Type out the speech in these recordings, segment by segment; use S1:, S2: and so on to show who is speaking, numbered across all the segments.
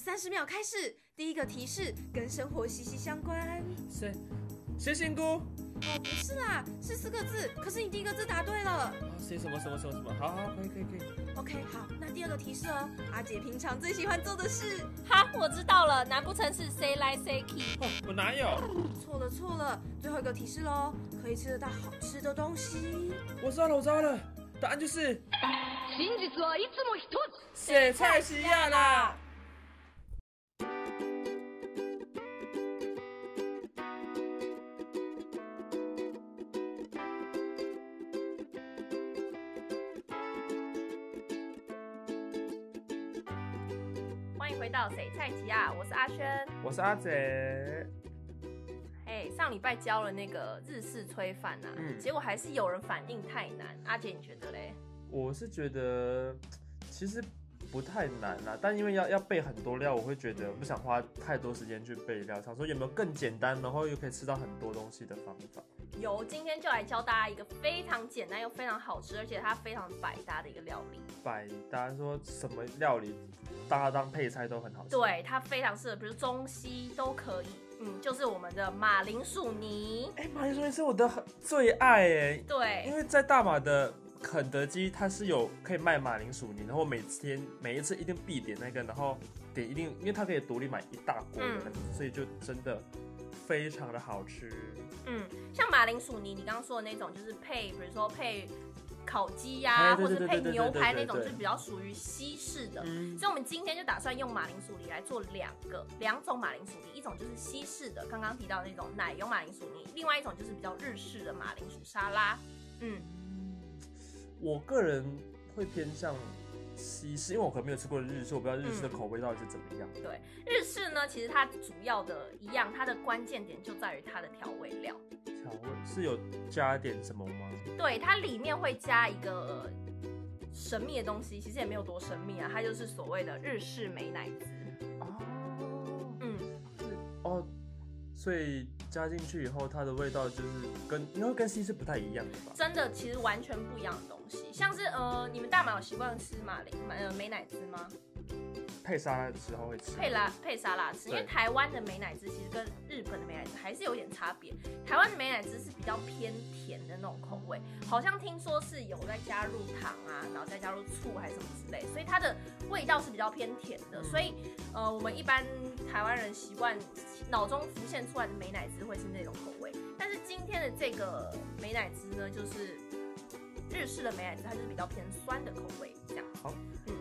S1: 三十秒开始，第一个提示跟生活息息相关。
S2: 谁谁仙姑？
S1: 哦，不是啦，是四个字，可是你第一个字答对了。
S2: 啊，谁什么什么什么什么？好好，可以可以可以。
S1: OK，好，那第二个提示哦，阿姐平常最喜欢做的事。
S3: 哈，我知道了，难不成是谁来谁去？
S2: 哦，我哪有？
S1: 错了错了，最后一个提示喽，可以吃得到好吃的东西。
S2: 我知道了，我知道了，答案就是
S4: 真実はいつも一つ
S2: 雪菜西亚啦。
S3: 欢迎回到谁菜奇啊，我是阿轩。
S2: 我是阿贼。
S3: 哎，上礼拜教了那个日式炊饭啊，
S2: 嗯
S3: 结果还是有人反应太难。阿姐，你觉得嘞？
S2: 我是觉得其实不太难啦，但因为要要备很多料，我会觉得不想花太多时间去备料，想说有没有更简单，然后又可以吃到很多东西的方法。
S3: 有，今天就来教大家一个非常简单又非常好吃，而且它非常百搭的一个料理。
S2: 百搭说什么料理，搭当配菜都很好吃。
S3: 对，它非常适合，比如中西都可以。嗯，就是我们的马铃薯泥。
S2: 哎、马铃薯泥是我的很最爱哎，因
S3: 对，
S2: 为在大马的肯德基它是有可以卖马铃薯泥，然后每天每一次一定必点那个，然后点一定，因为它可以独立买一大锅的那种，所以就真的非常的好吃。
S3: 嗯，像马铃薯泥，你刚刚说的那种，就是配，比如说配烤鸡
S2: 哎
S3: 呀、
S2: 对
S3: 或
S2: 对
S3: 者配
S2: 对对对
S3: 牛排
S2: 对对
S3: 那种，
S2: 对
S3: 就比较属于西式的。
S2: 嗯，
S3: 所以，我们今天就打算用马铃薯泥来做两个两种马铃薯泥，一种就是西式的，刚刚提到的那种奶油马铃薯泥，另外一种就是比较日式的马铃薯沙拉。嗯，
S2: 我个人会偏向西式，因为我可能没有吃过日式，我不知道日
S3: 嗯
S2: 式的口味到底是怎么样。
S3: 日式呢，其实它主要的一样，它的关键点就在于它的调味料。
S2: 调味是有加点什么吗？
S3: 对，它里面会加一个呃神秘的东西，其实也没有多神秘啊，它就是所谓的日式美乃滋。
S2: 哦，
S3: 嗯，
S2: 哦，所以加进去以后，它的味道就是跟应该跟西式不太一样的吧？
S3: 真的，其实完全不一样的东西。像是呃，你们大马有习惯吃马铃马呃美乃滋吗？
S2: 配沙拉的时候会吃。
S3: 配啦配沙拉吃，因为
S2: 对
S3: 台湾的美乃滋其实跟日本的美乃滋还是有点差别。台湾的美乃滋是比较偏甜的那种口味，好像听说是有在加入糖啊，然后再加入醋还是什么之类，所以它的味道是比较偏甜的。
S2: 嗯
S3: 所以呃，我们一般台湾人习惯脑中浮现出来的美乃滋会是那种口味，但是今天的这个美乃滋呢，就是日式的美乃滋，它就是比较偏酸的口味这样。
S2: 好，
S3: 嗯。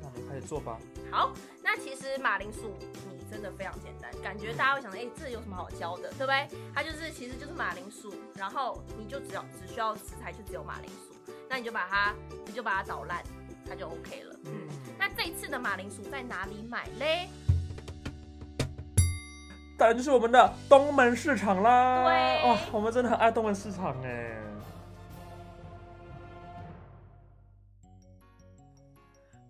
S2: 那我们开始做吧。
S3: 好，那其实马铃薯泥真的非常简单，感觉大家会想，哎、这有什么好教的，对不对？它就是其实就是马铃薯，然后你就只要只需要食材就只有马铃薯，那你就把它你就把它捣烂，它就 OK 了。嗯，那这一次的马铃薯在哪里买嘞？
S2: 当然就是我们的东门市场啦。
S3: 对
S2: 哦，我们真的很爱东门市场哎。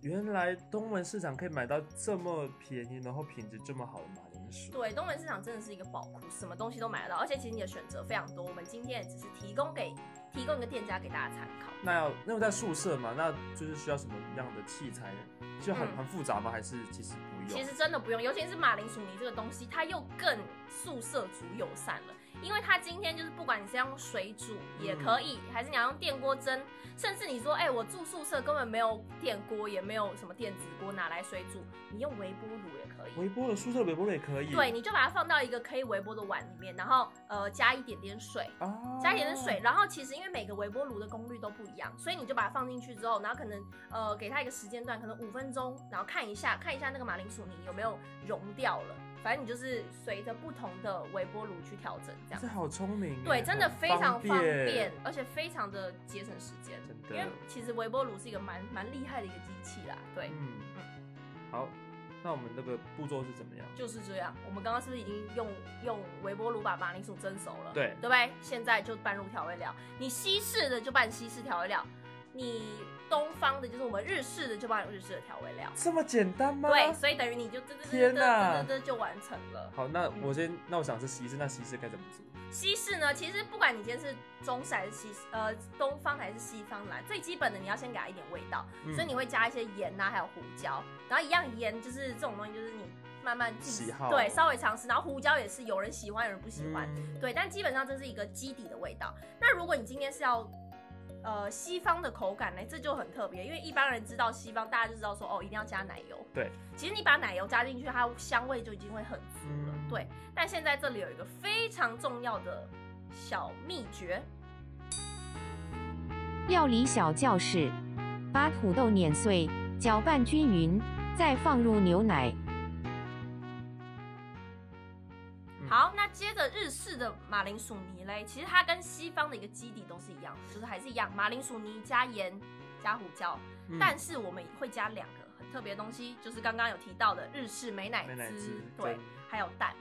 S2: 原来东门市场可以买到这么便宜，然后品质这么好的马铃薯。
S3: 对，东门市场真的是一个宝库，什么东西都买得到，而且其实你的选择非常多。我们今天也只是提供给提供一个店家给大家参考。
S2: 那要那我在宿舍嘛，那就是需要什么样的器材？就很、
S3: 嗯
S2: 很复杂吗？还是其实不用？
S3: 其实真的不用，尤其是马铃薯泥这个东西，它又更宿舍族友善了，因为它今天就是不管你是要用水煮也可以，
S2: 嗯
S3: 还是你要用电锅蒸，甚至你说，哎、我住宿舍根本没有电锅，也没有什么电子锅，哪来水煮？你用微波炉也可以。
S2: 微波的宿舍微波炉也可以。
S3: 对，你就把它放到一个可以微波的碗里面，然后呃加一点点水，
S2: 啊，
S3: 加一点点水，然后其实因为每个微波炉的功率都不一样，所以你就把它放进去之后，然后可能呃给它一个时间段，可能五分钟，然后看一下看一下那个马铃薯泥有没有溶掉了，反正你就是随着不同的微波炉去调整这样
S2: 这。好聪明耶。
S3: 对，真的
S2: 好
S3: 非常方
S2: 便
S3: 便，而且非常的节省时间。
S2: 真的
S3: 因为其实微波炉是一个蛮蛮厉害的一个机器啦，对，
S2: 嗯，好，那我们这个步骤是怎么样？
S3: 就是这样。我们刚刚是不是已经用用微波炉把马铃薯蒸熟了？
S2: 对
S3: 对不对？现在就拌入调味料，你西式的就拌西式调味料，你东方的就是我们日式的就帮你用日式的调味料，
S2: 这么简单吗？
S3: 对，所以等于你就这这这
S2: 天哪
S3: 这这就完成了。
S2: 好，那我先，那我想吃西式，那西式该怎么做？
S3: 西式呢，其实不管你今天是中式还是西式，呃，东方还是西方来，最基本的你要先给它一点味道，
S2: 嗯
S3: 所以你会加一些盐呐、还有胡椒，然后一样盐就是这种东西，就是你慢慢自己
S2: 喜好
S3: 对，稍微尝试，然后胡椒也是有人喜欢，有人不喜欢，
S2: 嗯
S3: 对，但基本上这是一个基底的味道。那如果你今天是要呃西方的口感呢，这就很特别，因为一般人知道西方，大家就知道说哦，一定要加奶油。
S2: 对，
S3: 其实你把奶油加进去，它香味就已经会很足了。
S2: 嗯
S3: 对，但现在这里有一个非常重要的小秘诀，
S5: 料理小教室：把土豆碾碎，搅拌均匀，再放入牛奶。
S2: 嗯
S3: 好，那接着日式的马铃薯泥嘞，其实它跟西方的一个基底都是一样的，就是还是一样马铃薯泥加盐加胡椒，
S2: 嗯
S3: 但是我们会加两个很特别的东西，就是刚刚有提到的日式美乃
S2: 美乃滋
S3: 对
S2: 跟，
S3: 还有蛋。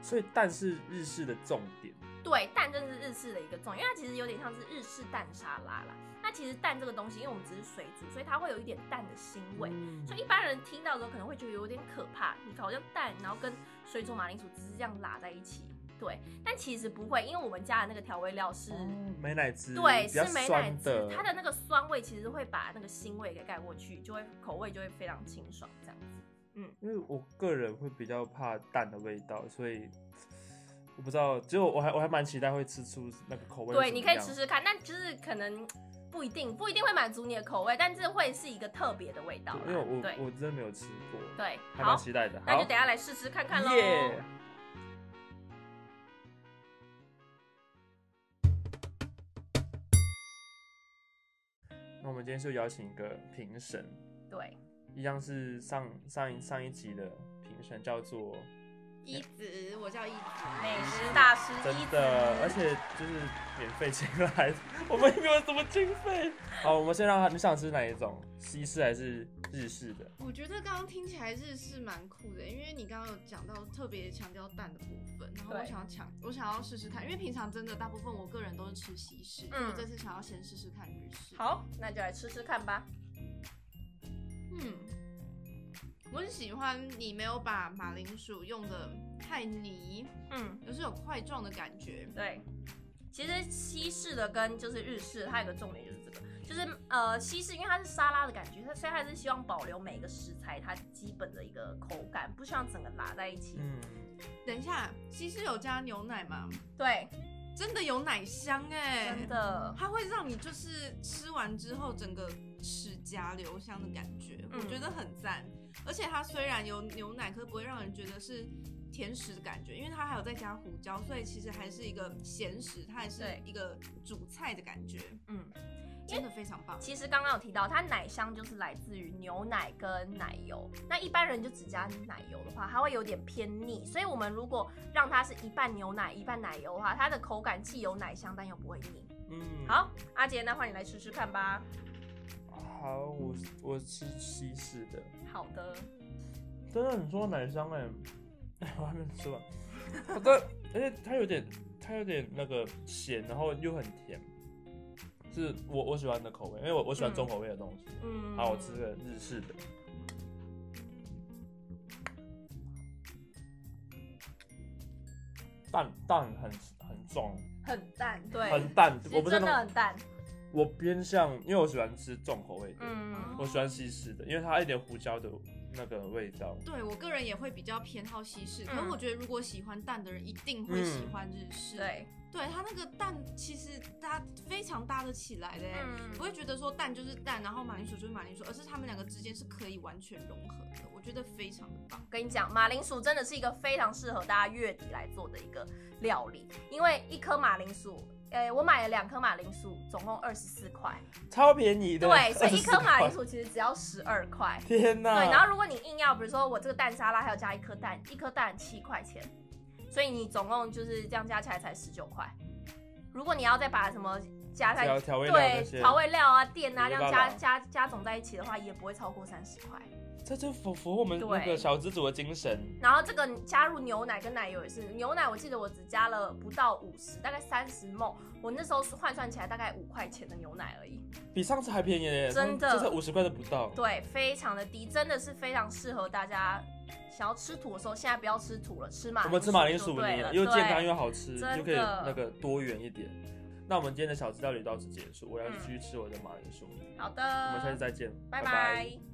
S2: 所以蛋是日式的重点，
S3: 对，蛋真的是日式的一个重，因为它其实有点像是日式蛋沙拉啦。那其实蛋这个东西，因为我们只是水煮，所以它会有一点蛋的腥味。
S2: 嗯
S3: 所以一般人听到的时候可能会觉得有点可怕，你好像蛋，然后跟水煮马铃薯只是这样拉在一起，对，但其实不会，因为我们加的那个调味料是，
S2: 哦美乃滋
S3: 对，
S2: 比较
S3: 是美乃
S2: 酸
S3: 滋
S2: 的，，
S3: 它的那个酸味其实会把那个腥味给盖过去，就会口味就会非常清爽这样子。
S2: 因为我个人会比较怕蛋的味道，所以我不知道，只有我还我还蛮期待会吃出那个口味。
S3: 对，你可以吃。吃看，但就是可能不一定不一定会满足你的口味，但这会是一个特别的味道啦
S2: 对因为我
S3: 对
S2: 我真的没有吃过，
S3: 对，
S2: 还蛮
S3: 好，
S2: 期待的。
S3: 那
S2: 好
S3: 就等一下来试吃看看喽。
S2: 耶那我们今天就邀请一个评审，
S3: 对，
S2: 一样是上上一上一集的评审，叫做
S1: 一子，我叫一子。
S3: 美食大师
S2: 真
S3: 一子
S2: 的，而且就是免费请来的，我们也没有什么经费。好，我们先让他，你想吃哪一种？西式还是日式的？
S1: 我觉得刚刚听起来日式蛮酷的，因为你刚刚有讲到特别强调蛋的部分，然后我
S3: 对
S1: 想要抢，我想要试试看，因为平常真的大部分我个人都是吃西式，所以我这次想要先试试看日式。，
S3: 好，那就来吃吃看吧。
S1: 嗯，我很喜欢你没有把马铃薯用的太泥，
S3: 嗯，
S1: 就是有块状的感觉。
S3: 对。其实西式的跟就是日式，它有个重点就是这个，就是呃西式因为它是沙拉的感觉，它所以它还是希望保留每个食材它基本的一个口感，不希望整个拉在一起。
S2: 嗯，
S1: 等一下，西式有加牛奶吗？
S3: 对，
S1: 真的有奶香哎、
S3: 真的，
S1: 它会让你就是吃完之后整个齿颊留香的感觉，
S3: 嗯
S1: 我觉得很赞。而且它虽然有牛奶，可是不会让人觉得是甜食的感觉，因为它还有再加胡椒，所以其实还是一个咸食，它还是
S3: 对
S1: 一个主菜的感觉，
S3: 嗯。
S1: 真的非常棒。
S3: 其实刚刚有提到，它奶香就是来自于牛奶跟奶油。那一般人就只加奶油的话，它会有点偏腻，所以我们如果让它是一半牛奶一半奶油的话，它的口感既有奶香，但又不会腻。
S2: 嗯，
S3: 好，阿杰，那换你来吃吃看吧。
S2: 好，我我吃西式的，
S3: 好的，
S2: 真的你说奶香哎、 我还没吃 完，它的而且它有点它有点那个咸，然后又很甜，是我我喜欢的口味，因为我我喜欢重口味的东西。
S3: 嗯，
S2: 好，我吃个日式的，蛋蛋很很重，
S3: 很淡，对，
S2: 很淡
S3: 其，实
S2: 我不是
S3: 真的
S2: 那
S3: 很
S2: 种，
S3: 淡。
S2: 我偏向，因为我喜欢吃重口味的，
S3: 嗯，
S2: 我喜欢西式的，因为它一点胡椒的那个味道。
S1: 对我个人也会比较偏好西式，可是
S3: 嗯
S1: 我觉得如果喜欢蛋的人一定会喜欢日式。，
S3: 对，
S1: 对它那个蛋其实搭非常搭得起来的欸、
S3: 嗯
S1: 不会觉得说蛋就是蛋，然后马铃薯就是马铃薯，而是它们两个之间是可以完全融合的，我觉得非常的棒。
S3: 跟你讲，马铃薯真的是一个非常适合大家月底来做的一个料理，因为一颗马铃薯，诶、我买了两颗马铃薯，总共二十四块。
S2: 超便宜的，
S3: 对， 所以一
S2: 24
S3: 颗
S2: 块啊
S3: 马铃，薯其实只要十二 块。
S2: 天哪！
S3: 对，然后如果你硬要，比如说我这个蛋沙拉还有加一颗蛋，一颗蛋七块钱，所以你总共就是这样加起来才十九块。如果你要再把什么加在
S2: 调调味料那
S3: 对
S2: 些，
S3: 调味料啊、店啊，这样
S2: 巴
S3: 加
S2: 拉
S3: 加加总在一起的话，也不会超过三十块。
S2: 这就符符合我们那
S3: 对
S2: 个小资主的精神。
S3: 然后这个加入牛奶跟奶油也是，牛奶我记得我只加了不到五十，大概三十梦，我那时候是换算起来大概五块钱的牛奶而已。
S2: 比上次还便宜耶，
S3: 真的
S2: 这才五十块都不到。
S3: 对，非常的低，真的是非常适合大家想要吃土的时候，现在不要吃土了，吃马
S2: 我
S3: 铃
S2: 们吃马铃薯
S3: 就对
S2: 泥
S3: 了，
S2: 又健康
S3: 对
S2: 又好吃，
S3: 真的
S2: 又可以那个多元一点。那我们今天的小资料理到此结束，我要
S3: 嗯
S2: 去吃我的马铃薯泥。
S3: 好
S2: 我们下次
S3: 的，
S2: 再见，
S3: 拜
S2: 拜
S3: 拜